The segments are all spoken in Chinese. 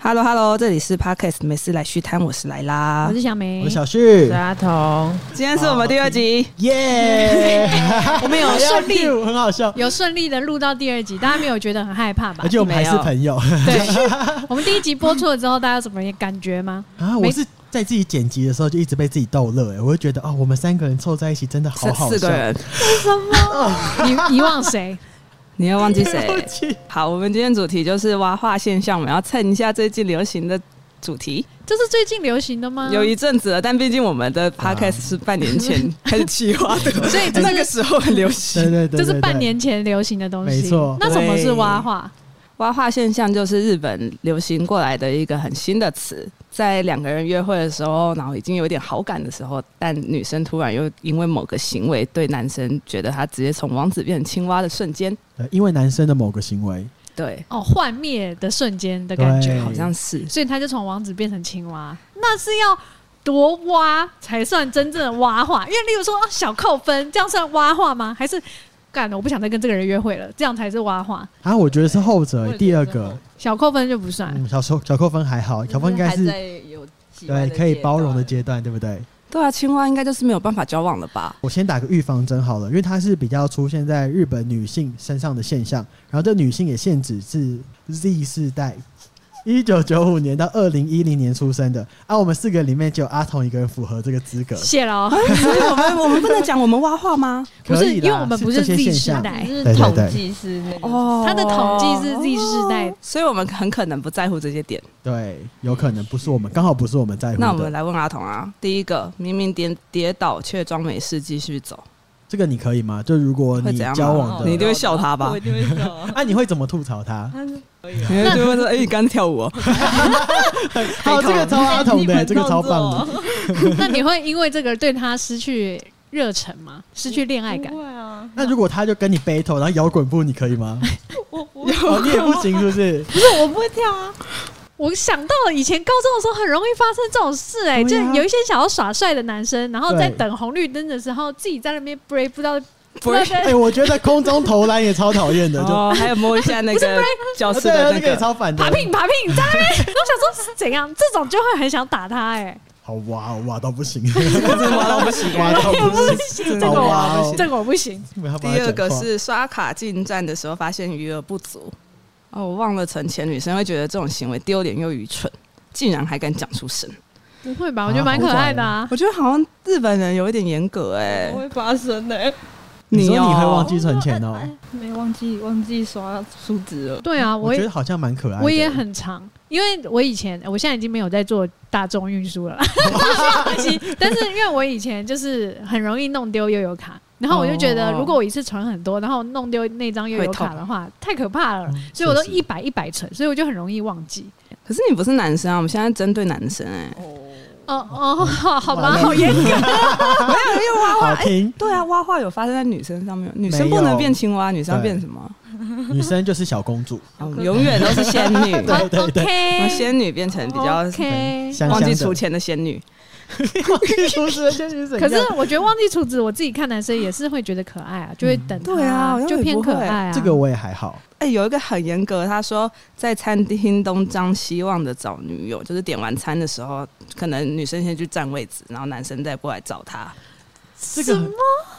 Hello Hello，这里是 Podcast 没事来续摊，我是莱拉我。哎是小梅，啊我是小旭，阿童，今天是我们第二集，耶！我 们有好像顺利 Q，很好笑，有顺利的录到第二集，大家没有觉得很害怕吧 而？且我们还是朋友对，我们第一集播出了之后，大家有什么感觉 吗？啊！我是在自己剪辑的时候就一直被自己逗乐，哎，我就觉得哦，我们三个人凑在一起真的好四好四笑个。人，你遗忘谁？你要忘记对谁 不？起好，我们今天主题就是挖画现象，我们要蹭一下最近流行的主题。这是最近流行的吗？有一阵子了，但毕竟我们的 Podcast 是半年前开始计划的，所以那个时候很流对行。对对，这是对半。年前流行的东西，没错那什么是蛙画？挖画现象就是日本流行过来的一个很新的词，在两个人约会的时候，然后已经有点好感的时候，但女生突然又因为某个行为对男生觉得他直接从王子变成青蛙的瞬间，对对因为男生的某个行为，对，哦，幻灭的瞬间的感觉对，好像是所以他就从王子变成青蛙，那是要。多蛙才算真正的蛙化，因为例如说、啊、小扣分，这样算蛙化吗？还是干了我不想再跟这个人约会了，这样才是蛙化。啊，我觉得是后者也觉得第二是后个者，小扣分就不算。嗯，小扣小扣分还好，小扣分应该是对可以包容的阶段，对不对？对啊，青蛙应该就是没有办法交往了 吧？我先打个预防针好了，因为它是比较出现在日本女性身上的现象，然后这女性也限制是 Z 世代，一九九五年到二零一零年出生的，啊，我们四个里面只有阿童一个人符合这个资格，谢了哦，所以我们我们不能讲我们挖画吗？不啊可是，以啦因为我们不是是 Z 这些现世象代，对是对统对计是那个。哦他的统计是 Z 世代，所以我们很可能不在乎这些点。对，有可能不是我们，刚好不是我们在乎那我们的，来问阿童啊，第一个明明跌跌倒却装没事继续走，这个你可以吗？就如果会你怎样吗哦交往你一的，定会笑他吧我一定会笑。啊，你会怎么吐 槽他？你会就会说：“哎、你刚才跳舞、哦。好，这个超 阿童的，这个超棒的。的，哦那你会因为这个对他失去热忱吗？失去恋爱感不？会啊，那如果他就跟你 battle，然后摇滚步，你可以 吗？我不哦，你也不行，是不是？不是我不会跳啊，我想到了以前高中的时候，很容易发生这种事、哎、就对啊有一些想要耍帅的男生，然后在对等红绿灯的时候，自己在那边 break，不知道不对是对哎、我觉得空中投篮也超讨厌”的，就、哦，还有摸一下那个教啊室对啊，的那那个也个，超反的爬。聘爬聘在那边，我想说是怎样，这种就会很想打他、哎，好哇，好哇到 不行，挖到不行挖到不行。这好哇哦这个我不行。第二个是刷卡进站的时候发现余额不足，哦，我忘了存钱，女生会觉得这种行为丢脸又愚蠢，竟然还敢讲出声。不会吧？我觉得蛮可爱的啊。我觉得好像日本人有一点严格哎、我会发生的。你说你哦会忘记存钱哦、哎没忘记忘记刷数值了。对啊，我我觉也得好像蛮可爱的。我也很长，因为我以前我现在已经没有在做大众运输了 啦，关系但是因为我以前就是很容易弄丢悠游卡，然后我就觉得哦如果我一次存很多，然后弄丢那张悠游卡的话，太可怕嗯了，所以我都一百一百存，所以我就很容易忘记。可是你不是男生啊，我们现在针对男生哎、哦哦，好好吧，完了好严格， 好 听。啊对啊，挖话有发生在女生上面，女生没不有能变青蛙，女生要对变什么？女生就是小公主，啊我们永远都是仙女， 对对 对嗯 OK，从仙女变成比较 OK。香哎忘香记的。出 钱的仙女。忘记出钱是怎样可是我觉得忘记储值，我自己看男生也是会觉得可爱啊，就会等他对啊我也就偏不可会爱啊。嗯这个我也还好，哎、有一个很严格，他说在餐厅东张西望的找女友，就是点完餐的时候，可能女生先去占位置，然后男生再过来找她。这个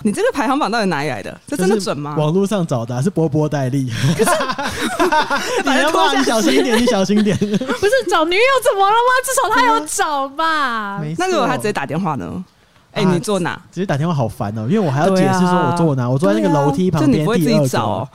你这个排行榜到底哪里来的？这真的就是准吗？网络上找的啊、是波波戴利， 把你它要拖不下你小心一点，你 小心一点。不是找女友怎么了吗？至少他有找吧。没错那如果他直接打电话呢？哎、啊你坐哪？只是打电话好烦哦、因为我还要解对释说啊我坐哪，我坐在那个对啊楼梯旁就你边不会自第己二找、个哦。，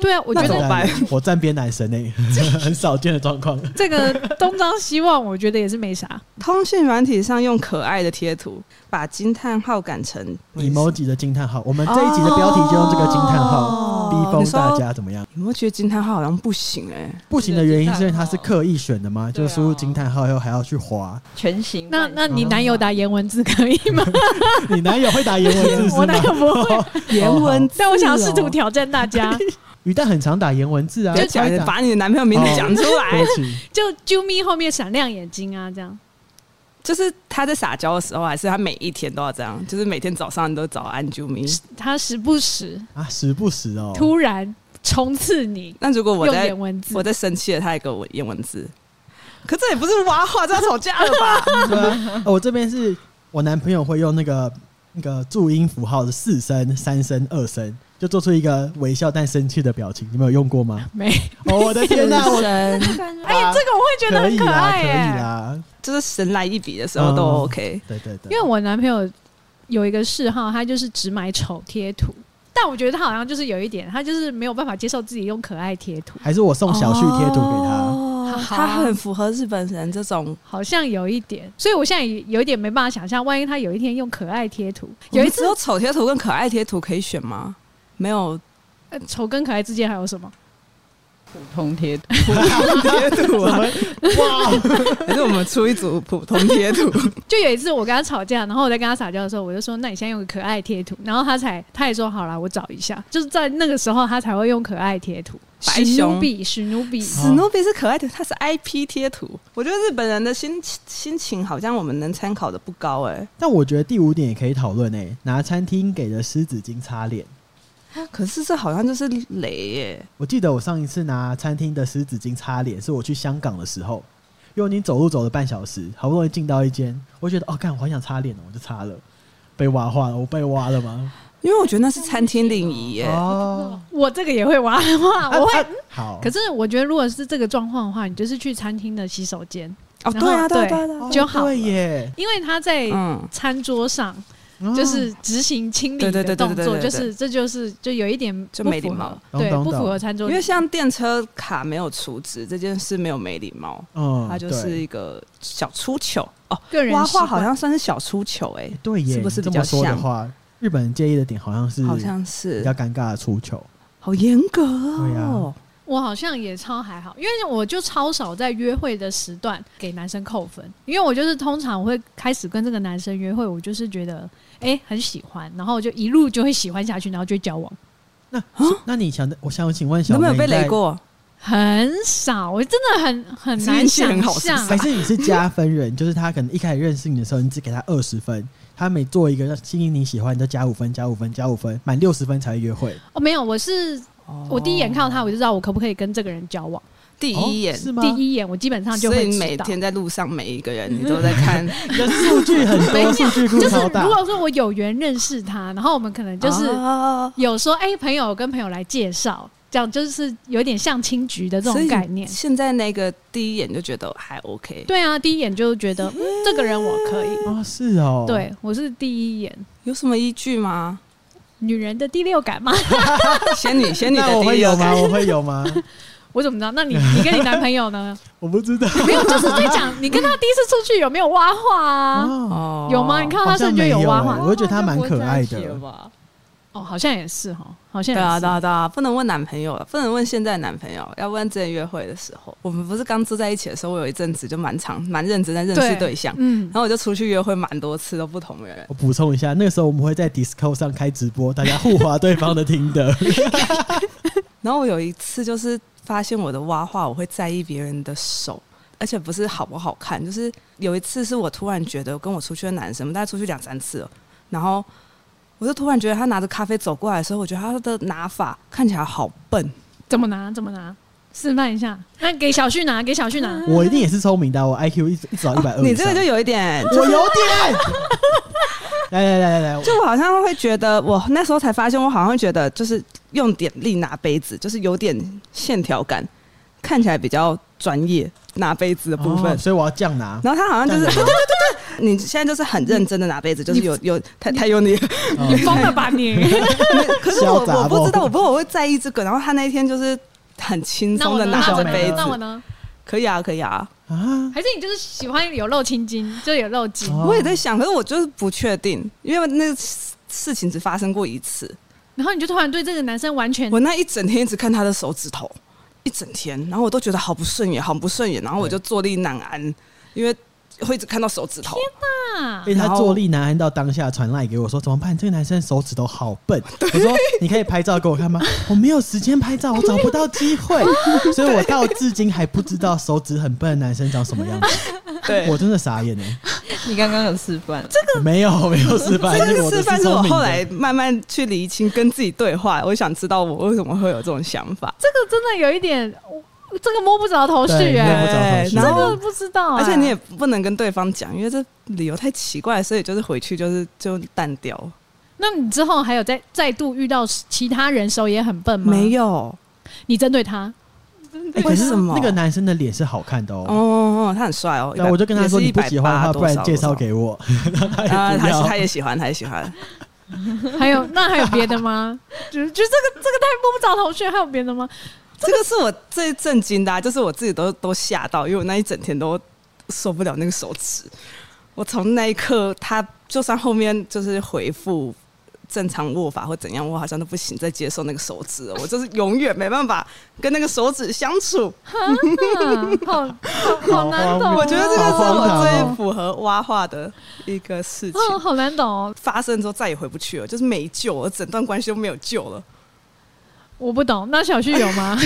对啊，我觉那怎得么办我站边男神 呢、很少见的状况。这个东张西望，我觉得也是没啥。通讯软体上用可爱的贴图，把惊叹号改成 emoji 的惊叹号，我们这一集哦的标题就用这个惊叹号，逼疯大。家怎么样？你有没有觉得惊叹号好像不行哎、不行的原因是因为他是对刻意选的啊吗？就输入惊叹号以后还要去滑。全形那扮那你演男友打颜文字可以吗？你男友会打颜文字是 我男友吗？不 会，哦颜文字、但我想要试图。挑战大家，鱼蛋很常打颜文字啊，就讲超打哦把你的男朋友名字讲出来，对不起， 就啾咪后面闪亮眼睛啊，这样。 就是他在撒娇的时候，还是他每一天都要这样，就是每天早上都早安啾咪。嗯他时不时啊，时不时哦，突然冲刺你，那如果我用在颜文字我，在生气了，他还给我颜文字，可这也不是挖话，这要吵架了 吧？ 对啊，我这边是我男朋友会用那个那个注音符号的四声、三声、二声，就做出一个微笑但生气的表情。你们有用过吗？没，哦，我的天 哪，我神哎、这个我会觉得可以很啦，爱可以耶、啦， 就是神来一笔的时候都嗯 OK。对对对，因为我男朋友有一个嗜好，他就是只买丑贴图，但我觉得他好像就是有一点，他就是没有办法接受自己用可爱贴图，还是我送小旭贴图给他。哦好他很符合日本人这种。好像有一点，所以我现在也有一点没办法想象，万一他有一天用可爱贴图，有有一一次次有丑贴图跟可爱贴图可以选吗？没有，呃丑跟可爱之间还有什么？普通贴图，贴图啊！哇，还是我们出一组普通贴图？就有一次我跟他吵架，然后我在跟他撒娇的时候，我就说：“那你现在用个可爱贴图。”然后他才他也说：“好啦，我找一下。”就是在那个时候，他才会用可爱贴图。 白史熊努比，史努 比，史努比是可爱的，它是 IP 贴图。我觉得日本人的心心情好像我们能参考的不高哎、但我觉得第五点也可以讨论诶，拿餐厅给的湿纸巾擦脸。可是这好像就是雷耶、我记得我上一次拿餐厅的湿纸巾擦脸，是我去香港的时候，因为你走路走了半小时，好不容易进到一间，我觉得哦，干，我好想擦脸哦，我就擦了。被挖化了，我被挖 了吗？因为我觉得那是餐厅礼仪耶。哦，我这个也会玩 哇，我会。啊好，可是我觉得，如果是这个状况的话，你就是去餐厅的洗手间，哦，对啊，然后对啊对对啊对啊哦就好了对耶，因为他在嗯，餐桌上哦就是执行清理对的对对对动对作，对对就是这就是就有一点就不没礼符合貌懂对，懂不符懂合餐桌因礼仪。为像电车卡没有储值这件事没有没礼貌，嗯它哦就是一个小出糗哦。个人挖习话好惯像算是小出糗哎、对耶，是不是比这较么说的像话，日本人介意的点好像是好像比是哦较尴尬的出糗。好严格对哦啊。我好像也超还好，因为我就超少在约会的时段给男生扣分，因为我就是通常我会开始跟这个男生约会，我就是觉得哎、诶很喜欢，然后我就一路就会喜欢下去，然后就交往。那你想的，我想请问你小有没有妹被你在雷？过？很少，我真的很很难想是运气很好象还。是你是加分人？ 就是他可能一开始认识你的时候，你只给他二十分，他每做一个让吸引你喜欢，你就加五分，加五分，加五分，满六十分才会约会。哦，没有，我是哦我第一眼看到他，我就知道我可不可以跟这个人交往。第一眼哦、，是吗？第一眼我基本上就所会以每知道。嗯天在路上每一个人你都在看，你的数据很 没有多，数据库就是超大啊如。果说我有缘认识他，然后我们可能 就是哦有说，哎、朋友跟朋友来介绍，这样就是有点像青局的这所种以概念。现在那个第一眼就觉得还 OK，对啊，第一眼就觉得、嗯、这个人我可以。哦，是哦，，对，我是第一眼，有什么依据吗？ 女人的第六感嘛， 仙女，仙女的那我第会一有眼吗？我会 有吗？我怎么知道？那 你你跟你男朋友呢？我不知道。没有，就是在 讲你跟他第一次出去有没有挖话啊？哦，哦有吗？你看到好他像瞬间没有挖欸话，我会觉得他蛮可爱的哦，好像也是哈，好像对也啊，是对啊，对啊，不能问男朋友了，不能问现在男朋友，要问之前约会的时候。我们不是刚住在一起的时候，我有一阵子就蛮长、蛮认真在认识对对象，嗯然，后我就出去约会蛮多次，都不同人。我补充一下，那个时候我们会在 Disco 上开直播，大家互划对方的听的。 然后我有一次就是发现我的挖话，我会在意别人的手，而且不是好不好看，就是有一次是我突然觉得跟我出去的男生，我们大概出去两三次了，哦然后我就突然觉得他拿着咖啡走过来的时候，我觉得他的拿法看起来好笨，怎么拿？怎么拿？示范一下。那给小旭拿，给小旭拿。我一定也是聪明的啊，我 IQ 一直一直到一百二。 你这个就有一点。我有点。来来来来来，就我好像会觉得，我那时候才发现，我好像会觉得，就是用点力拿杯子，就是有点线条感，看起来比较专业。拿杯 子的部分哦，所以我要这样拿。然后他好像就是这样拿你现在就是很认真的拿杯子，就是有有太太用力了。哦你疯了吧你？ 可是我潇洒我不知道，我啊不不知道我会在意这个。然后他那一天就是很轻那松我的呢拿着那杯那我子，呢？可以啊，可以啊。 啊，还是你就是喜欢有肉青筋，就有肉筋。哦我也在想，可是我就是不确定，因为那个事事情只发生过一次。然后你就突然对这个男生完全我那一整天一直看他的手指头，一整天，然后我都觉得好不顺眼，好不顺眼，然后我就坐立难安，因为会一直看到手指头。啊因为他然后坐立难安到当下传赖给我说怎么办？这个男生手指头好 笨。我说你可以拍照给我看吗？我没有时间拍照，我找不到 机会，所以我到至今还不知道手指很笨的男生长什么样子。 对，我真的傻眼哎，你刚刚有示范，没有没有示范，这因为个我的示范是是我聪明后的来慢慢去理清，跟自己对话。我想知道我为什么会有这种想法。这个真的有一点，我这个摸不着头绪对摸哎、不着头绪对这然个后不知道、哎而且你也不能跟对方讲，因为这理由太奇怪，所以就是回去就是就淡掉。那你之后还有再再度遇到其他人手也很笨吗？没，有，你针对他，哎为什么那个男生的脸是好看的哦哦。哦，哦他很帅哦。那我就跟他说，也你是不喜欢的180话，不然介绍多给我。少多少啊，不要他他也喜欢，他也喜欢。还有那还有别的吗？就就这个这个太摸不着头绪，还有别 的吗？这个是我最震惊的、啊，就是我自己都都吓到，因为我那一整天都受不了那个手指。我从那一刻，他就算后面就是回复正常握法或怎样，我好像都不行再接受那个手指了，我就是永远没办法跟那个手指相处。啊好好好难懂、好荒谬哦我觉得这个好是荒唐我哦最符合蛙化的一个事情。嗯，好难懂哦，发生之后再也回不去了，就是没救了，整段关系都没有救了。我不懂。那小旭有 吗？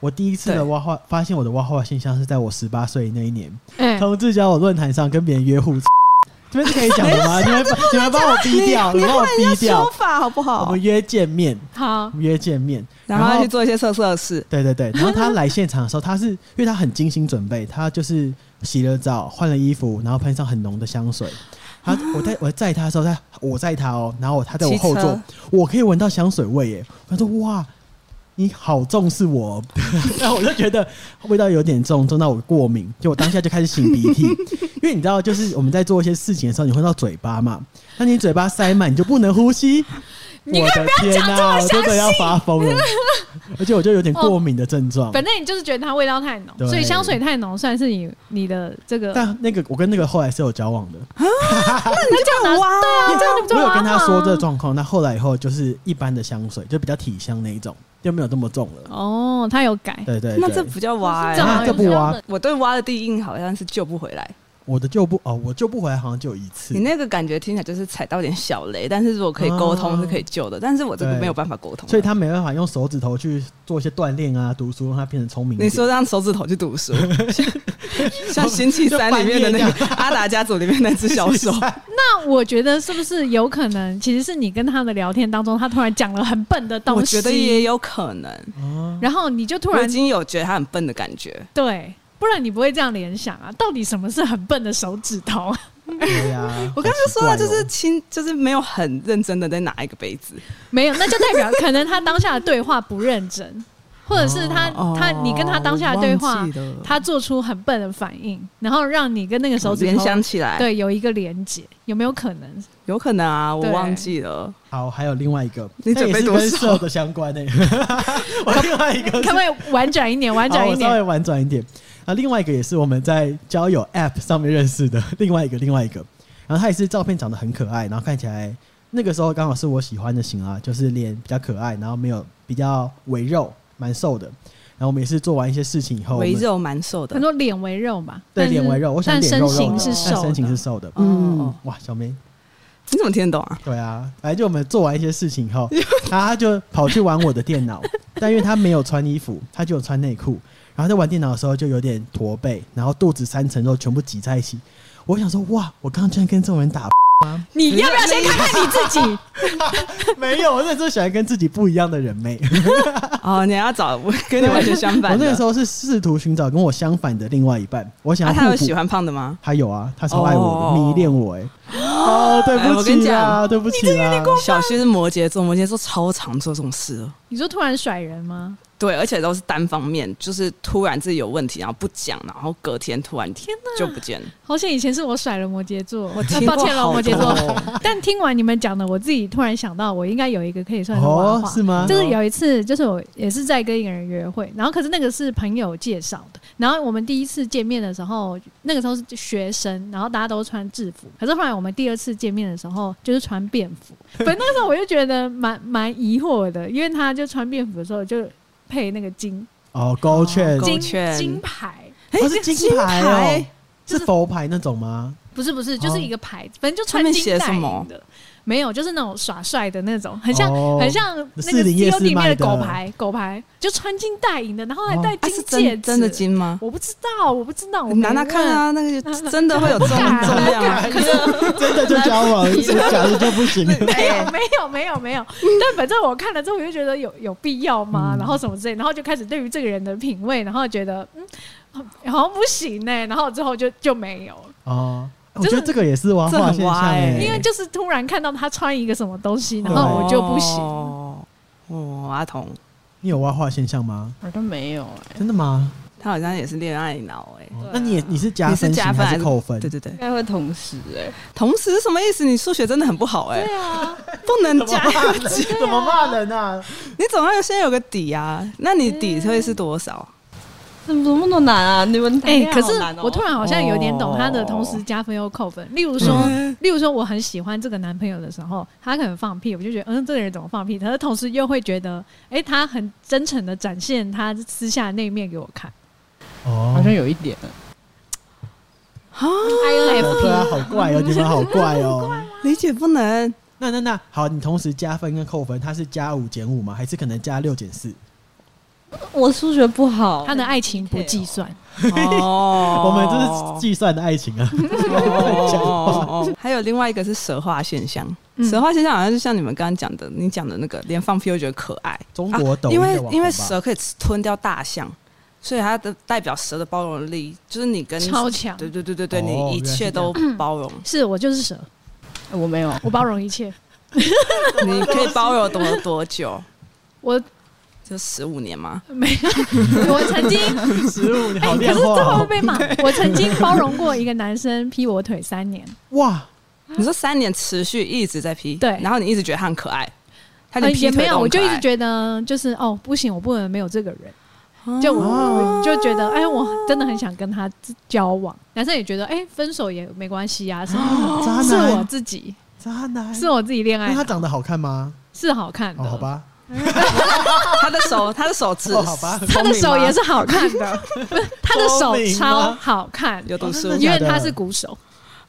我第一次的对挖话，发现我的挖话现象是在我十八岁那一年，哎、同志交友论坛上跟别人约互， 这边是可以讲的 吗？你们把你们帮我逼掉，你们帮我换一逼下掉说。法好不我好们？约见面，好我，们约见面，然后要去做一些测测试，对对对，然后他来现场的时候，他是因为他很精心准备，他就是洗了澡、换了衣服，然后喷上很浓的香水。他我在我载他的时候，他我载他哦，然后他在我后骑座车，我可以闻到香水味耶。他说：“哇，你好重视我哦。” 然后我就觉得味道有点重，重到我过敏，就我当下就开始擤鼻涕，因为你知道，就是我们在做一些事情的时候，你会到嘴巴嘛，那你嘴巴塞满，你就不能呼吸。我你的天呐、我真的要发 疯了，而且我就有点过敏的症哦状。反正你就是觉得它味道太浓，对所以香水太浓算是你你的这个。但那个我跟那个后来是有交往的，啊那就很挖啊这样你不就我有跟完他了说这个状况，那后来以后就是一般的香水，就比较体香那一种，就没有这么重了。哦，他有改。对对对，那这不叫挖这欸。啊样这不挖我对挖的第一印好像是救不回来。我的救不哦，我救不回来好像就有一次你。那个感觉听起来就是踩到一点小雷，但是如果可以沟通哦是可以救的，但是我这个对没有办法沟通。啊所以他没办法用手指头去做一些锻炼啊，读书让他变成聪明一点。你说让手指头去读书， 像像《星期三》里面的 那个阿达家族里面那只小手，那我觉得是不是有可能，其实是你跟他的聊天当中，他突然讲了很笨的东我觉西，得也有可能。啊，然后你就突我已然经有觉得他很笨的感觉，对，不然你不会这样联想啊。到底什么是很笨的手指头？ 对呀， 我刚刚说好了，奇怪就哦是亲，就是没有很认真的在拿一个杯子。没有，那就代表 可能他当下的对话不认真，或者是他、哦他你跟他当下的对话，他做出很笨的反应，然后让你跟那个手哦指联头想起来，，对有一个连接，有没有可能？有可能啊，我对忘记了。好，还有另外一个，你那准也备是多跟少色的相关的。 我另外一个是可不可以婉转一点？婉好，转我一稍微点。婉转一点。啊，另外一个也是我们在交友 App 上面认识的， 另外一个，另外一个。然后他也是照片长得很可爱，然后看起来那个时候刚好是我喜欢的型啊，就是脸比较可爱，然后没有比较微肉，蛮瘦的。然后我们也是做完一些事情以后，我们围肉蛮瘦他的，说脸为肉吧，对但是脸微肉，我想但脸身肉肉形的，是但瘦身形是的。瘦的。嗯嗯，哇，小梅，你怎么听得懂啊？对啊，反正就我们做完一些事情 以后，然后他就跑去玩我的电脑， 但因为他没有穿衣服，他就有穿内裤，然后在玩电脑的时候就有点驼背，然后肚子三层肉全部挤在一起。我想说，哇，我刚刚居然跟这种人打， 你要不要先看看你自己？ 没有，我那时候喜欢跟自己不一样的人妹。哦，你要找我跟你完全相我反那个时的。候是试图寻找跟我相反的另外一半，我想啊，要他互有补。喜欢胖的吗？他有啊，他超爱我的，哦迷恋我哎、哦，对哎不我跟你起啊，讲对不起啊，小旭是摩羯座，摩羯座超常做这种事哦。你说突然甩人吗？对，而且都是单方面，就是突然自己有问题，然后不讲，然后隔天突然天哪就不见了。好险，以前是我甩了摩羯座，我啊听抱过歉了好摩羯多座。哦但听完你们讲的，我自己突然想到，我应该有一个可以算是挖哦，话。是吗？就是有一次，就是我也是在跟一个人约会，然后可是那个是朋友介绍的，然后我们第一次见面的时候，那个时候是学生，然后大家都穿制服，可是后来我们第二次见面的时候就是穿便服， 反正那时候我就觉得蛮蛮疑惑的，因为他就穿便服的时候就配那个金哦，勾券，勾金圈金牌，哦是金牌哦，是佛牌那种吗？不是不是，就是一个牌子，反正就穿上面哦金写戴什么银的，没有，就是那种耍帅的那种，很像哦很像那个士林夜市 COD 里卖面的的狗牌，狗牌就穿金戴银的，然后还哦戴啊金是戒真指，真的，金吗？我不知道，我不知道，我你拿没拿问看， 啊，那个就真的会有重重敢量啊。 可是真的就交往，假的就不行。没有没有没有 没有，但反正我看了之后，我就觉得有有必要吗？嗯然后什么之类，然后就开始对于这个人的品味，然后觉得嗯，好像不行呢、然后之后就就没有了，哦，我就是觉得这个也是挖化现象哎，因为就是突然看到他穿一个什么东西，然后我就不行。哦，哦阿童你有挖化现象吗？好像没有哎、真的吗？他好像也是恋爱脑哎。那你也你是加你是分型加分还是扣分？对对对应，该会同时哎、同时是什么意思？你数学真的很不好哎，对啊，不能加油你怎么骂人啊？ 你总要先有个底啊。那你底会是多少？怎么那么多难啊？你们哎、谈恋爱可好是难哦我突然好像有点懂他的同时加分又扣分。例如说，例如说我很喜欢这个男朋友的时候，他可能放屁，我就觉得嗯，这个人怎么放屁？可是同时又会觉得，哎、他很真诚的展现他私下那一面给我看。哦好像有一点， I 对啊，好怪哦，你们好怪哦。理解不能。那那那好，你同时加分跟扣分，它是加五减五吗？还是可能加六减四？我数学不好，他的爱情不计算，哦我们这是计算的爱情啊。 哦，还有另外一个是蛇化现象，嗯蛇化现象好像就像你们刚刚讲的，你讲的那个连放屁都觉得可爱。中国抖音因的为网红吧因为蛇可以吃吞掉大象，所以它的代表蛇的包容力就是你跟超强对对对对对，哦你一切都包容，是我就是蛇，哎我没有，我包容一切。你可以包容多多久？ 我就十五年吗？没有，我曾经食物，你好哎可量是这化会哦。被骂。我曾经包容过一个男生劈我腿三年，哇，你说三年持续一直在劈，对然后你一直觉得他很可爱，他呃连劈也腿没有，都我很可就爱一直觉得就是哦，不行，我不能没有这个人。哦就我我就觉得，哎，我真的很想跟他交往。男生也觉得，哎，分手也没关系啊，什么渣的。是我男，自己，渣男，是我自己恋哦那爱他脑，长得好看吗？是好看的。哦，好，吧，他的手， 他的手指，哦，好吧，他的手也是好看的， 不是他的手聪明超吗哦好看，有读书真的因假为的他是鼓手，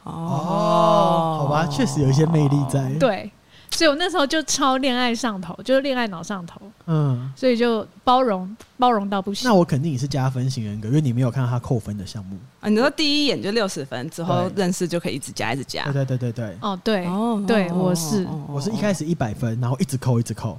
哦哦，好吧，确实有一些魅力在。，对。所以我那时候就超恋爱上头，就是恋爱脑上头，嗯，所以就包容包容到不行那。我肯定也是加分型人格，因为你没有看到他扣分的项目。啊！你说第一眼就六十分，之后对认识就可以一直加，一直加对。对对对对，哦，对，哦对哦我是哦哦我是一开始一百分，然后一直扣一直扣。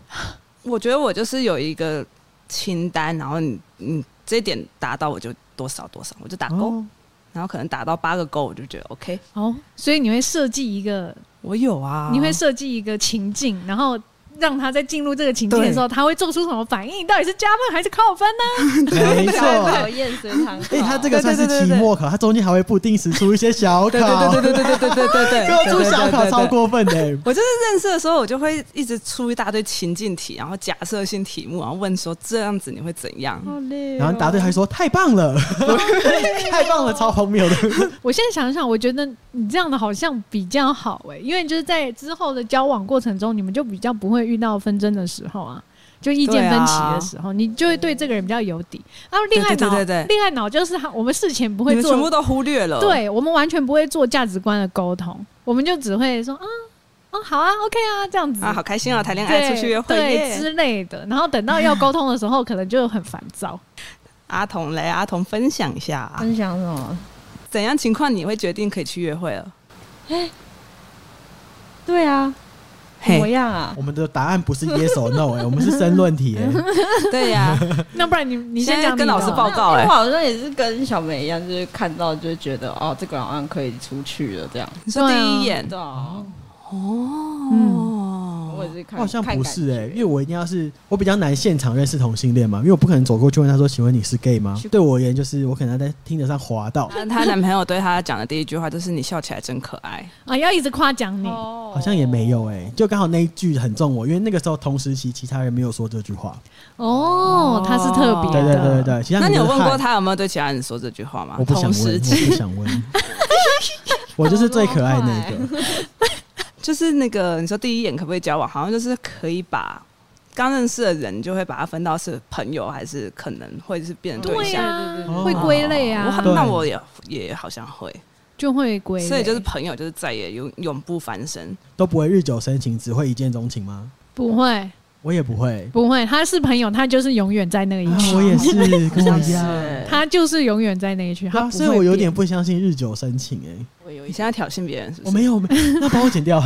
我觉得我就是有一个清单，然后你你这一点达到我就多少多少，我就打勾， 哦，然后可能打到八个勾，我就觉得 OK，哦，所以你会设计一个我有啊，你会设计一个情境，然后让他在进入这个情境的时候，他会做出什么反应？到底是加分还是扣分呢？没错。讨厌随堂哎，他这个算是期末考，他中间还会不定时出一些小考。对对对对对对对对对对，给我出对小对考超。对对对过分的。我就是认识的时候，我就会一直出一大堆情境题，然后假设性题目，然后问说这样子你会怎样？好累哦然后答对，还说太棒了， 太棒了，超荒谬的。我现在想想，我觉得你这样的好像比较好哎、因为就是在之后的交往过程中，你们就比较不会遇到纷争的时候啊。就意见分歧的时候，你就会对这个人比较有底。然后恋爱脑，啊对对对对对恋爱脑就是他我们事前不你会们做全部都忽略了。，对我们完全不会做价值观的沟通，我们就只会说啊，哦、好啊，OK 啊，这样子啊，好开心啊，谈恋爱对出去约会，对耶之类的。然后等到要沟通的时候，可能就很烦躁。阿童来，阿童分享一下、啊，分享什么？怎样情况你会决定可以去约会了？对啊，怎么嘿，样啊？我们的答案不是 yes or no，哎，我们是申论题，哎，对呀、那不然你你先嗯现在讲你跟的老师报告因哎、为我好像也是跟小梅一样，就是看到就觉得哦，这个人好像可以出去了这样。你说第一眼对啊，哦嗯我我也是我看，好像看不感是哎、觉因为我一定要是我比较难现场认识同性恋嘛，因为我不可能走过去问他说：“请问你是 gay 吗？”对我而言，就是我可能要在听得上滑到，但她男朋友对她讲的第一句话就是“你笑起来真可 爱啊，要一直夸奖你。哦好像也没有哎、就刚好那一句很中我，因为那个时候同时期其他人没有说这句话。哦，他是特别对对的，对对对，其”。他那人你有都是问过嗨？她有没有对其他人说这句话吗？我不想问，同时期 我不想问，我就是最可爱那个。就是那个你说第一眼可不可以交往，好像就是可以把刚认识的人就会把它分到是朋友还是可能会是变成对象。呀对对对对会归类哦我啊很，对那我也也好像会，就会归类，所以就是朋友就是再也永永不翻身。都不会日久生情，只会一见钟情吗？不会我也不会，不会，他是朋友，他就是永远在那一啊区，我也是跟我一样。是他就是永远在那一区，他啊不会所以我有变点不相信日久生情哎、我有一你些现在挑衅别人是不我是？没有，我没那帮我剪掉。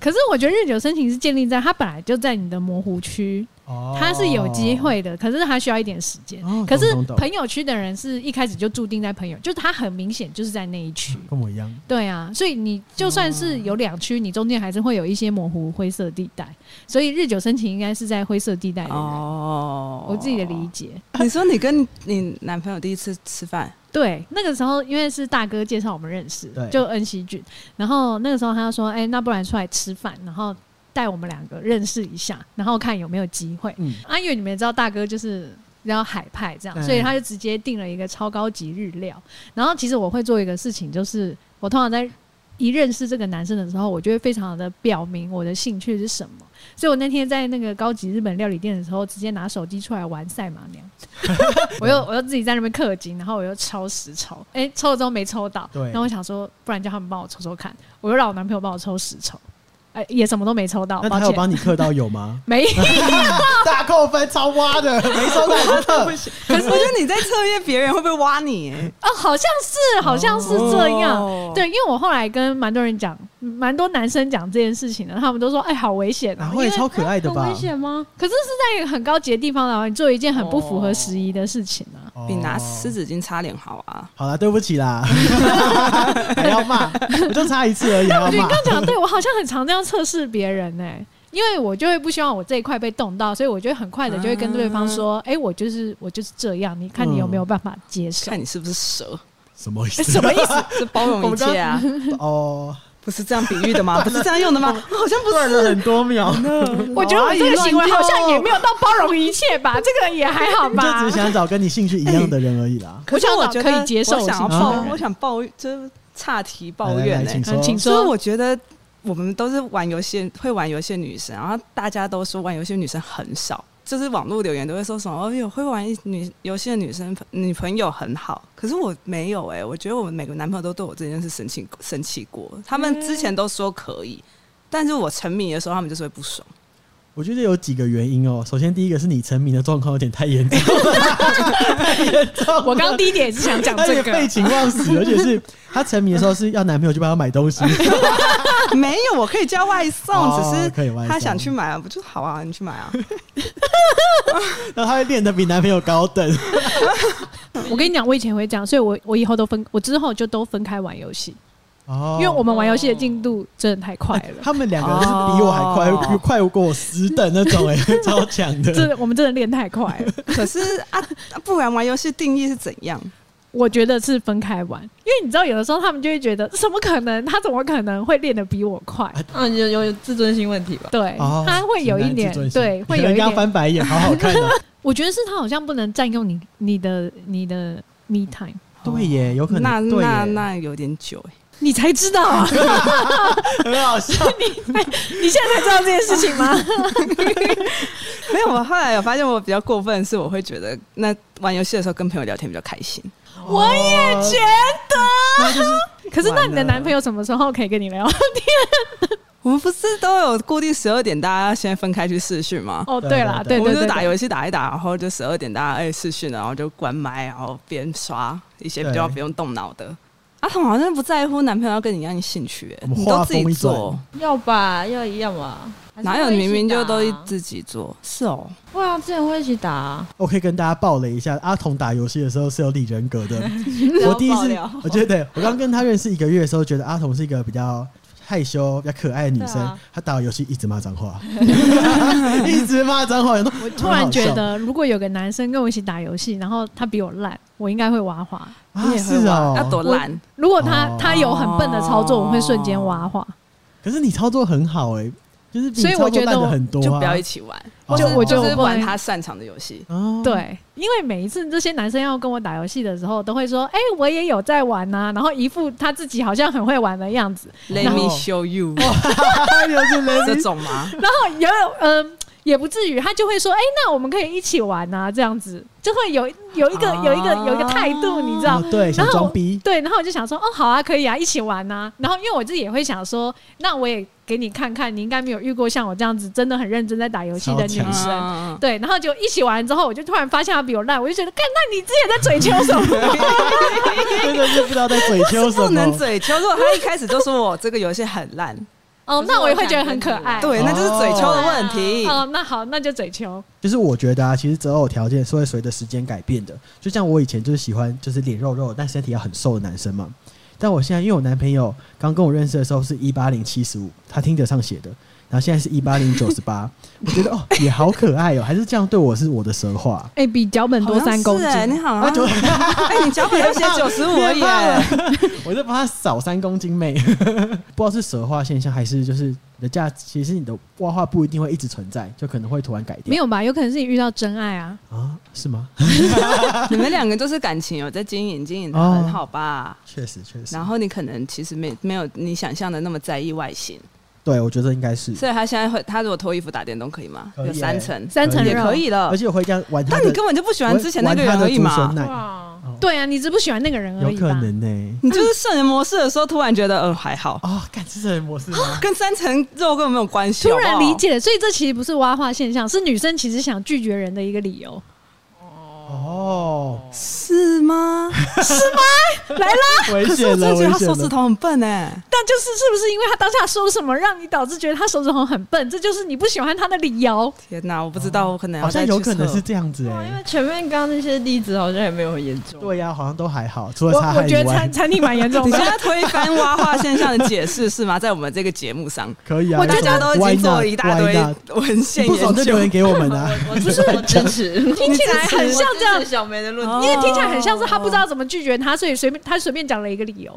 可是我觉得日久生情是建立在他本来就在你的模糊区，哦他是有机。会的，可是他需要一点时间。哦可是懂懂懂朋友区的人是一开始就注定在朋友，就是他很明显就是在那一区。跟我一样，对啊，所以你就算是有两区，你中间还是会有一些模糊灰色地带。所以日久生情应该是在灰色地带的人，哦，我自己的理解。你说你跟 你男朋友第一次吃 饭，对，那个时候因为是大哥介绍我们认识对，就恩熙俊。然后那个时候他就说：“哎、那不然出来吃饭，然后带我们两个认识一下，然后看有没有机会。”嗯，啊，因为你们也知道大哥就是要海派这样，嗯所以他就直接订了一个超高级日料。然后其实我会做一个事情，就是我通常在一认识这个男生的时候，我就会非常的表明我的兴趣是什么。所以我那天在那个高级日本料理店的时候，直接拿手机出来玩赛马娘， 我又我又自己在那边氪金，然后我又抽十抽，哎、抽了之后没抽到，对然后我想说，不然叫他们帮我抽抽看，我又让我男朋友帮我抽十抽，哎、也什么都没抽到，那抱他有歉，？帮你刻到有吗 没 大扣分，超挖的，没收到也是刻。可是我觉得你在测验别人会不会挖你、欸？哦，好像是，好像是这样。哦对，因为我后来跟蛮多人讲，蛮多男生讲这件事情的，他们都说：“哎，好危险哪啊！”会因为超可爱的吧危？险吗？可是是在一个很高级的地方，然后你做一件很不符合时宜的事情啊。哦比拿湿纸巾擦脸好啊！好啦，对不起啦， 还要骂，我就差一次而已，还我觉要得你骂。刚讲得对，我好像很常这样测试别人呢、因为我就会不希望我这一块被动到，所以我就很快的就会跟对方说：“嗯哎、我就是我就是这样，你看你有没有办法接受？”看你是不是蛇，什么意哎 思？什么意思？是包容一切啊？哦，不是这样比喻的 吗？不是这样用的吗？好像不断了很多 秒，是。嗯我觉得我这个哦哎行为啊好像也没有。有到包容一切吧，这个也还好 你就吧。只想找跟你兴趣一样的人而已啦。可是我觉得我想找可以接受我想要型抱的，人我想抱，就是岔题抱来来怨欸呢、来请嗯说请。所说以我觉得我们都是玩游戏，会玩游戏的女生，然后大家都说玩游戏的女生很少，就是网络留言都会说什么哦，有会玩女游戏的女生女朋友很好，可是我没有哎、我觉得我每个男朋友都对我这件事生气生气过，他们之前都说可以，但是我沉迷的时候，他们就是会不爽。我觉得有几个原因哦。首先，第一个是你沉迷的状况有点太严重了， 我刚刚第一点也是想 讲而这且废个，寝忘食，而且是她沉迷的时候是要男朋友去帮她买 东西，没有，我可以叫外送，啊哦只是可以外送他想去买啊，不就好啊？你去买 啊。然后她会练得比男朋友高等。我跟你讲，我以前会这样，所以我我以后都分，我之后就都分开玩游戏，哦因为我们玩游戏的进度真的太快 了。他们两个人是比我还快，哦快过我十等那种 哎、超强真的。的，我们真的练太快了。可是啊，不然玩游戏定义是怎样？我觉得是分开玩，因为你知道，有的时候他们就会觉得，怎么可能？他怎么可能会练得比我快？嗯，有有有自尊心问题吧？对，啊哦他会有一点直男自尊，心对，会有一人家点。翻白眼，好好看 哦。我觉得是他好像不能占用你你的你的 me time，对耶，有可能那对耶那那有点久哎、你才知道 啊！很好笑。你现在才知道这件事情吗？ 没有，我后来有发现，我比较过分的是，我会觉得那玩游戏的时候跟朋友聊天比较开心。我也觉哦那就是得。可是那你的完了男朋友什么时候可以跟你聊？我们不是都有固定十二点大家先分开去试训吗？哦，对对啦，对对我对们对，就打游戏打一打，然后就十二点大家哎试训了，然后就关麦，然后边刷一些比较对不用动脑的。啊，他们好像不在乎男朋友要跟你一样兴趣、欸，我们你话都自己锋一转做，要吧，要一样吧。还是哪有会一起明明就都一打啊自己做？是哦，会啊，之前会一起打啊。我可以跟大家爆雷一下，阿童打游戏的时候是有理 人格的。我第一爆次料，我觉得我刚跟他认识一个月的时候，觉得阿童是一个比较害羞、比较可爱的女生，对啊她打游戏一直骂 脏话，一直骂脏话。我我突然觉得，如果有个男生跟我一起打游戏，然后他比我烂，我应该会挖花。你啊，也是会玩哦、要多烂，如果他、哦他有很笨的操作，我会瞬间挖花。可是你操作很好哎、就是比所以你操我作觉得烂的我很多、啊，就不要一起玩，或哦是我觉得就是我不玩能他擅长的游戏。哦，对，因为每一次这些男生要跟我打游戏的时候，都会说：“哎、我也有在玩呐、然后一副他自己好像很会玩的样子。 Let me show you，又是这 Lady 种吗？然后也有嗯、也不至于，他就会说：“哎、那我们可以一起玩呐、这样子就会有有一个有一个有一个态度，你知道哦，对，想然后装逼，对，然后我就想说，哦，好啊，可以啊，一起玩呐、然后因为我自己也会想说，那我也给你看看，你应该没有遇过像我这样子真的很认真在打游戏的女超 生。嗯对，然后就一起玩之后，我就突然发现她比我烂，我就觉得，干，那你之前在嘴求什 么？ 真的是不知道在 嘴就求是什不么能。嘴敲。如果他一开始就说我这个游戏很烂，哦，那我也会觉得很可爱。对，那就是嘴敲的问题。哎哦，那好，那就嘴求。就是我觉得啊，其实择偶条件是会随着时间改变的。就像我以前就是喜欢就是脸肉肉但身体要很瘦的男生嘛，但我现在因为我男朋友刚跟我认识的时候是一八零七十五，他听得上写的，然后现在是一八零九十八，我觉得哦也好可爱哦，还是这样对我是我的神话。哎、比脚本多好像三公是斤。欸你好像， 哎，你脚本要写九十五而已变胖欸了。 我就帮他少三公斤妹， 不知道是蛇化现象还是就是你的价，其实你的挖化不一定会一直存在，就可能会突然改没变。有吧？有可能是你遇到真爱啊！啊？是吗？你们两个就是感情有在经营，经营的很好吧？确实确实然。后你可能其实没没有你想象的那么在意外形，对，我觉得应该是。所以他现在会，他如果脱衣服打电动可以吗？可以有三层，三层可以也肉可以了而。且我会这样玩他但的。你根本就不喜欢之前那个玩人他而的已竹笋嘛？奶，对啊，你只不喜欢那个人而有已可吧？能呢、 你就是圣人模式的时候，突然觉得嗯还好，哦，干这是人模式吗？跟三层肉根本没有关系。突然好不好理，解了，所以这其实不是挖化现象，是女生其实想拒绝人的一个理由。哦，是吗？危可是我真险的了，觉得危他手险指了！头很笨哎。但就是是不是因为他当下说什么，让你导致觉得他手指头很笨？这就是你不喜欢他的理由。天哪，我不知道，我可能好要再像去有可能测是这样子哎、因为前面刚刚那些例子好像也没有很严重。对呀、好像都还好，除我了擦我汗觉以得外餐，餐厅蛮严重你现的。在推翻挖化现象的解释是吗？在我们这个节目上，可以啊。我大家为什么都已经做 Why 了 not？一大 Why 堆 not？文献不爽就研留言究。给我们 啊！我我哦不是我支持，听起来很像这样我支持小梅的论哦点。因为听起来很像是他不知道怎么拒绝他，所以随便他随便讲了一个理由。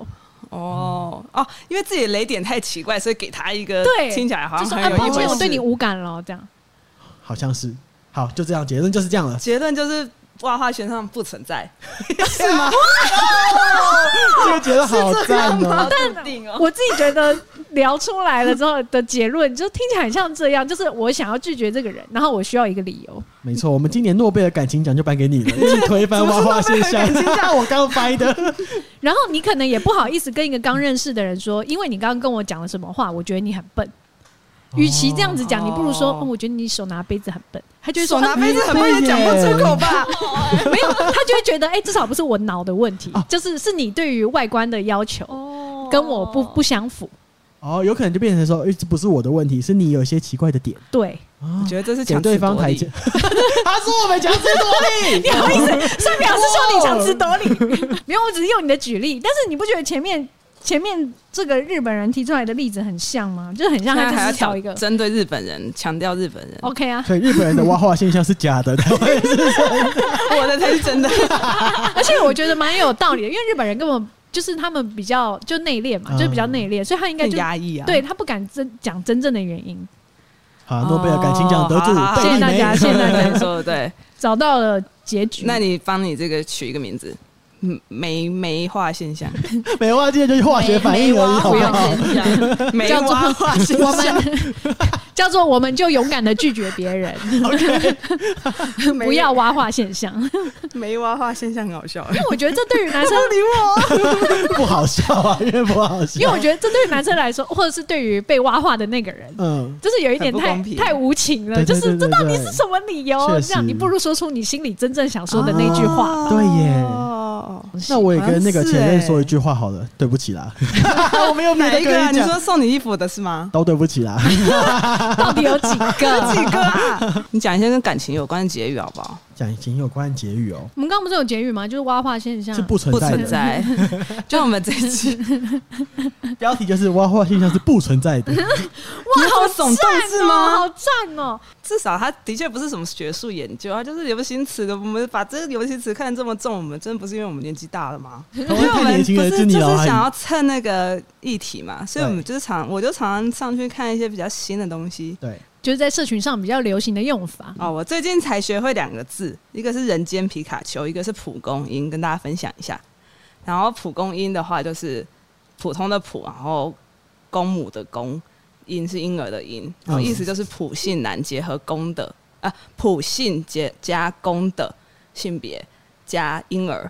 哦哦，因为自己的雷点太奇怪，所以给他一个对，听起来好像就说很啊，有抱一歉，回我事。对你无感了，这样。 好像是，好，就这样，结论就是这样了。结论就是挖化现象不存在，是吗？这个结论好赞哦、但定哦，我自己觉得聊出来了之后的结论，就听起来很像这样，就是我想要拒绝这个人，然后我需要一个理由。没错，我们今年诺贝尔感情奖就颁给 你了，一起推翻花花现象。 我刚掰的，然后你可能也不好意思跟一个刚认识的人说，因为你刚刚跟我讲了什么话，我觉得你很笨。与其这样子讲，你不如说、哦哦我觉得你手拿杯子很笨。他就会说 手拿杯子很对不能耶讲不出口吧？啊没有，他就会觉得哎、至少不是我脑的问题，哦就是是你对于外观的要求、跟我不不相符。哦，有可能就变成说，诶这不是我的问题，是你有一些奇怪的点。对， 我觉得这是给强对词方夺台阶理。。 他说我们强词夺理，你好意思，上表是说你强词夺哦理， 没有，我只是用你的举例，但是你不觉得前面前面这个日本人提出来的例子很像吗？就是很像现在他还要就是挑找一个针对日本人，强调日本人。 OK 啊，所以日本人的挖话现象是假的，台湾人是我的才是真 的。而且我觉得蛮有道理的，因为日本人根本就是他们比较就内敛嘛，嗯就是比较内敛，所以他应该更就压抑啊！对他不敢真讲真正的原因，好，诺贝尔感情奖得主哦好好好贝谢谢利大家梅 谢谢大家说的对。找到了结局。那你帮你这个取一个名字，嗯，梅梅化现 象，没忘记就是化学反应而已，好不好？用先哦讲，梅 叫做花化 现我象，们叫做我们就勇敢的拒绝 别人， 不要挖化现象，因梅花化现象很好笑。为我觉得这对 于男生， 不好笑啊，因为不好笑。因为我觉得这对于男生来说，或者是对于被挖化的那个人，嗯，就是有一点很不太公平太无情了，对就是对对这对到底对是什么理由？确这样你实不如说出你心里真正想说的那句话。对耶哦 那我也跟那个前任说一句话好了，对不起啦， 我没有别哪哎的一跟个啊？你讲，说送你衣服的是吗？都对不起啦。 啊到底有几个？ 几个啊？你讲一些跟感情有关的结语好不好？讲仅有关结语哦，我们刚刚不是有结语吗？就是挖化现象是。不存不在存的。在。 就我们这一期，标题就是挖化现象是不存 在的。哇，好耸动是哦，吗？好赞哦！至少它的确不是什么学术研究，它就是流行词的。我们把这个流行词看得这么重，我们真的不是因为我们年纪大了吗？台湾我 太们年不轻了，是是就你是老想阿姨。要蹭那个议题嘛，所以我们就是常，我就常常上去看一些比较新的东西。对，就是在社群上比较流行的用法。哦，我最近才学会两个字，一个是人间皮卡丘，一个是蒲公英，跟大家分享一下。然后蒲公英的话就是普通的普，然后公母的公，婴是婴儿的婴，然后意思就是普信男结合公的啊，普信结加公的性别加婴儿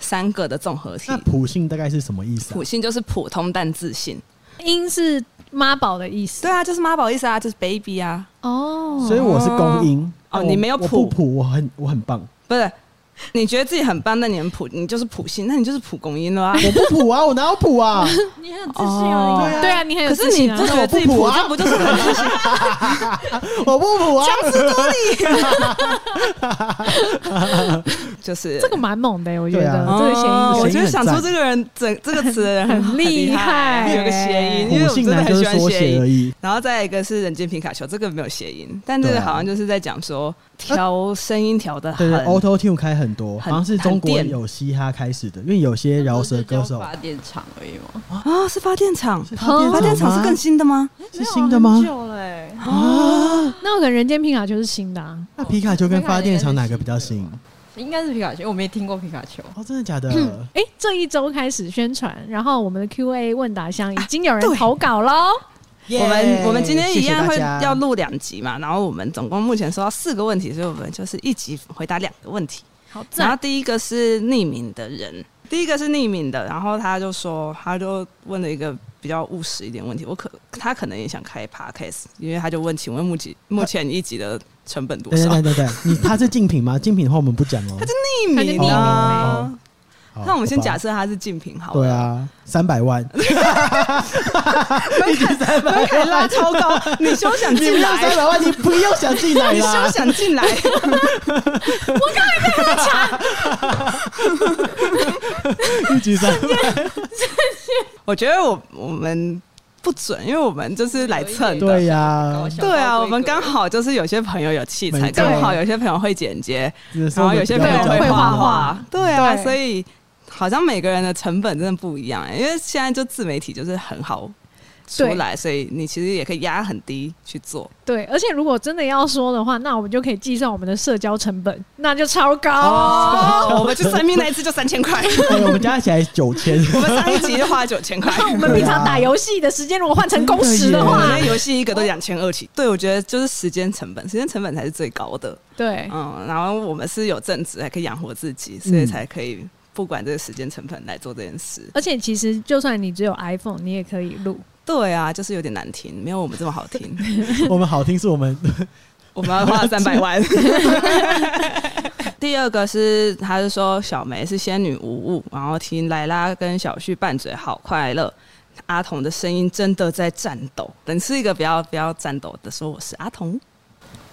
三个的综合体那。普信大概是什么意思、啊普？信就是普通但自信，音是妈宝的意思对啊，就是妈宝意思啊，就是 baby 啊，哦，所以我是公音。但我你没有我普不普，我很我很棒。不是。你觉得自己很棒，那你很普，你就是普信，那你就是蒲公英了啊！我不普啊，我哪有普啊？你很自信啊你看对啊，你很有可是自你信啊不觉得自己我不普，普啊这不就是很 自信？ 我不普 啊！就是这个蛮猛的，我觉对啊得这个谐哦音我梗谐觉得音很想出赞这个人整这个词的人很很厉害，哎害有个谐音，因为普我真信的男很就是喜欢缩谐写而音。已。然后再一个是人间皮卡丘，这个没有谐音，但这对个啊好像就是在讲说调声音调的对哦很对，Auto Tune 开很多，很好像是中国很电有嘻哈开始的，因为有些饶舌歌手发电厂而已 吗？啊，是发电厂，是发发电厂吗是更新的吗？是新的吗没？有很久欸嘞，啊，那我可能人间皮卡丘是新的啊，那皮卡丘跟发电厂哪个比较新？应该是皮卡丘，我没听过皮卡丘。哦，真的假的？哎，这一周开始宣传，然后我们的 Q&A 问答箱已经有啊对人投稿喽，耶我们我们今天一样会谢谢大家要录两集嘛，然后我们总共目前收到四个问题，所以我们就是一集回答两个问题。好然后赞，第一个是匿名的人，第一个是匿名的，然后他就说，他就问了一个比较务实一点问题，我可他可能也想开 podcast，因为他就问，请问目前目前一集的成本多等少？等等等，等你他是竞品吗？竞品的话我们不讲哦。匿他就匿名名啊哦， 好那我们先好吧假设他是竞品好了，对，啊，三百万，一直三百可以拉万，超 高，你休想 你不进用三来。百万，你不用想进 来你啦休。想进来！ 一级三百万，我觉得我我们不准，因为我们就是来蹭的。对呀，对啊，我们刚好就是有些朋友有器材，没错刚好有些朋友会剪接，然然后有些朋友对会会画画画画，对啊，对所以好像每个人的成本真的不一样、欸，因为现在就自媒体就是很好出来，所以你其实也可以压很低去做。对，而且如果真的要说的话，那我们就可以计算我们的社交成本，那就超高，哦，我们去算命那一次就三千块，对，我们加起来九千，我们上一集就花了九千块。我们平常打游戏的时间如果换成工时真的我的话们，那游戏一个都两千二起，对我觉得就是时间成本，时间成本才是最高的。对，嗯，然后我们是有正职，还可以养活自己，所以嗯才可以不管这个时间成本来做这件事。而且其实就算你只有 iPhone，你也可以录，对啊，就是有点难听，没有我们这么好听。 我们好听是 我们我们要花三百万。第二个是，他是说小梅是仙女无误，然后听莱拉跟小旭拌嘴好快乐。阿童的声音真的在战斗，等是一个不要不要战斗的说我是阿童。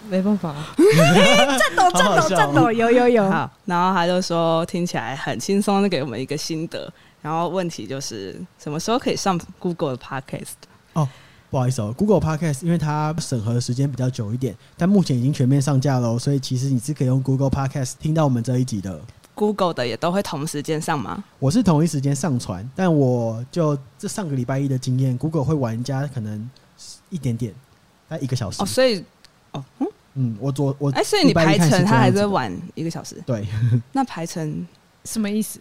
没办法，战好好笑哦有有有好，然后他就说听起来很轻松，就给我们一个心得。然后问题就是什么时候可以上 Google 的 Podcast？不好意思哦，Google Podcast 因为它审核时间比较久一点，但目前已经全面上架哦喽，所以其实你是可以用 Google Podcast 听到我们这一集的。 Google 的也都会同时间上吗？我是同一时间上传，但我就这上个礼拜一的经验，Google 会玩家可能一点点，大概一个小时。哦，所以哦，嗯，嗯，我昨我哎、所以你礼拜排一看是程这他样还子在的晚一个小时，对那排程什么意思？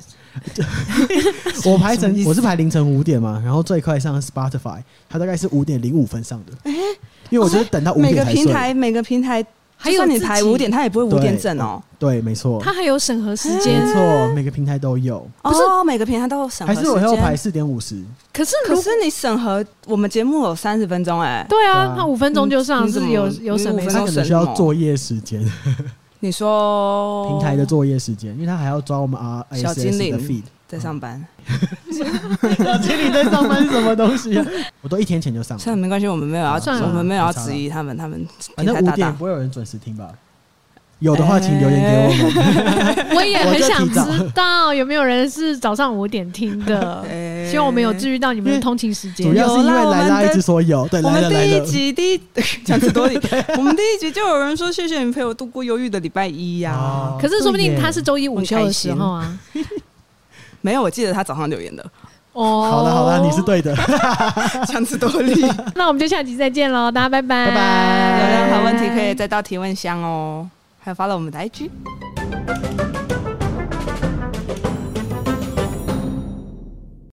我排什么意成思我是排凌晨五点嘛，然后最快上 Spotify，它大概是五点零五分上的。因为我就是等到五哦每个点才平睡。台每个平台，还就有算你自己排五点，他也不会五对点整哦。对，没错，它还有审核时哎没间。错，每个平台都有。不是、哦、每个平台都有审核还时是间。我要排四点五十，可是如可是你审核我们节目有三十分钟哎、对对啊啊，那五分钟就上你怎是么有你有审五美分它钟可审能需要作业时间，你说平台的作业时间，因为它还要抓我们 R 哦小 S 精 S 灵的 feed。 在上班，嗯小精灵在上班是什么 东西啊？我都一天前就上算了了，没关系，我们没有要啊算了我们没有要算了质疑他们，他们反平正台五大点大不会有人准时听吧？有的话请留言给我 们。我也我很就想提早知道有没有人是早上五点听 的，希望我们有治愈到你们哎的因为通勤时主间。要是因为莱拉一直说有，对，我来们了来第一了。集第一讲词 多理，我们第一集就有人说谢谢你陪我度过忧郁的礼拜一啊呀、哦可是说不定他是周一午休很的开时心候啊。没有，我记得他早上留言的，哦，好了好了，你是。对的。讲词多理。 那我们就下集再见喽，大家拜拜。拜拜有任何问题可以再到提问箱哦，还有发了我们的 IG。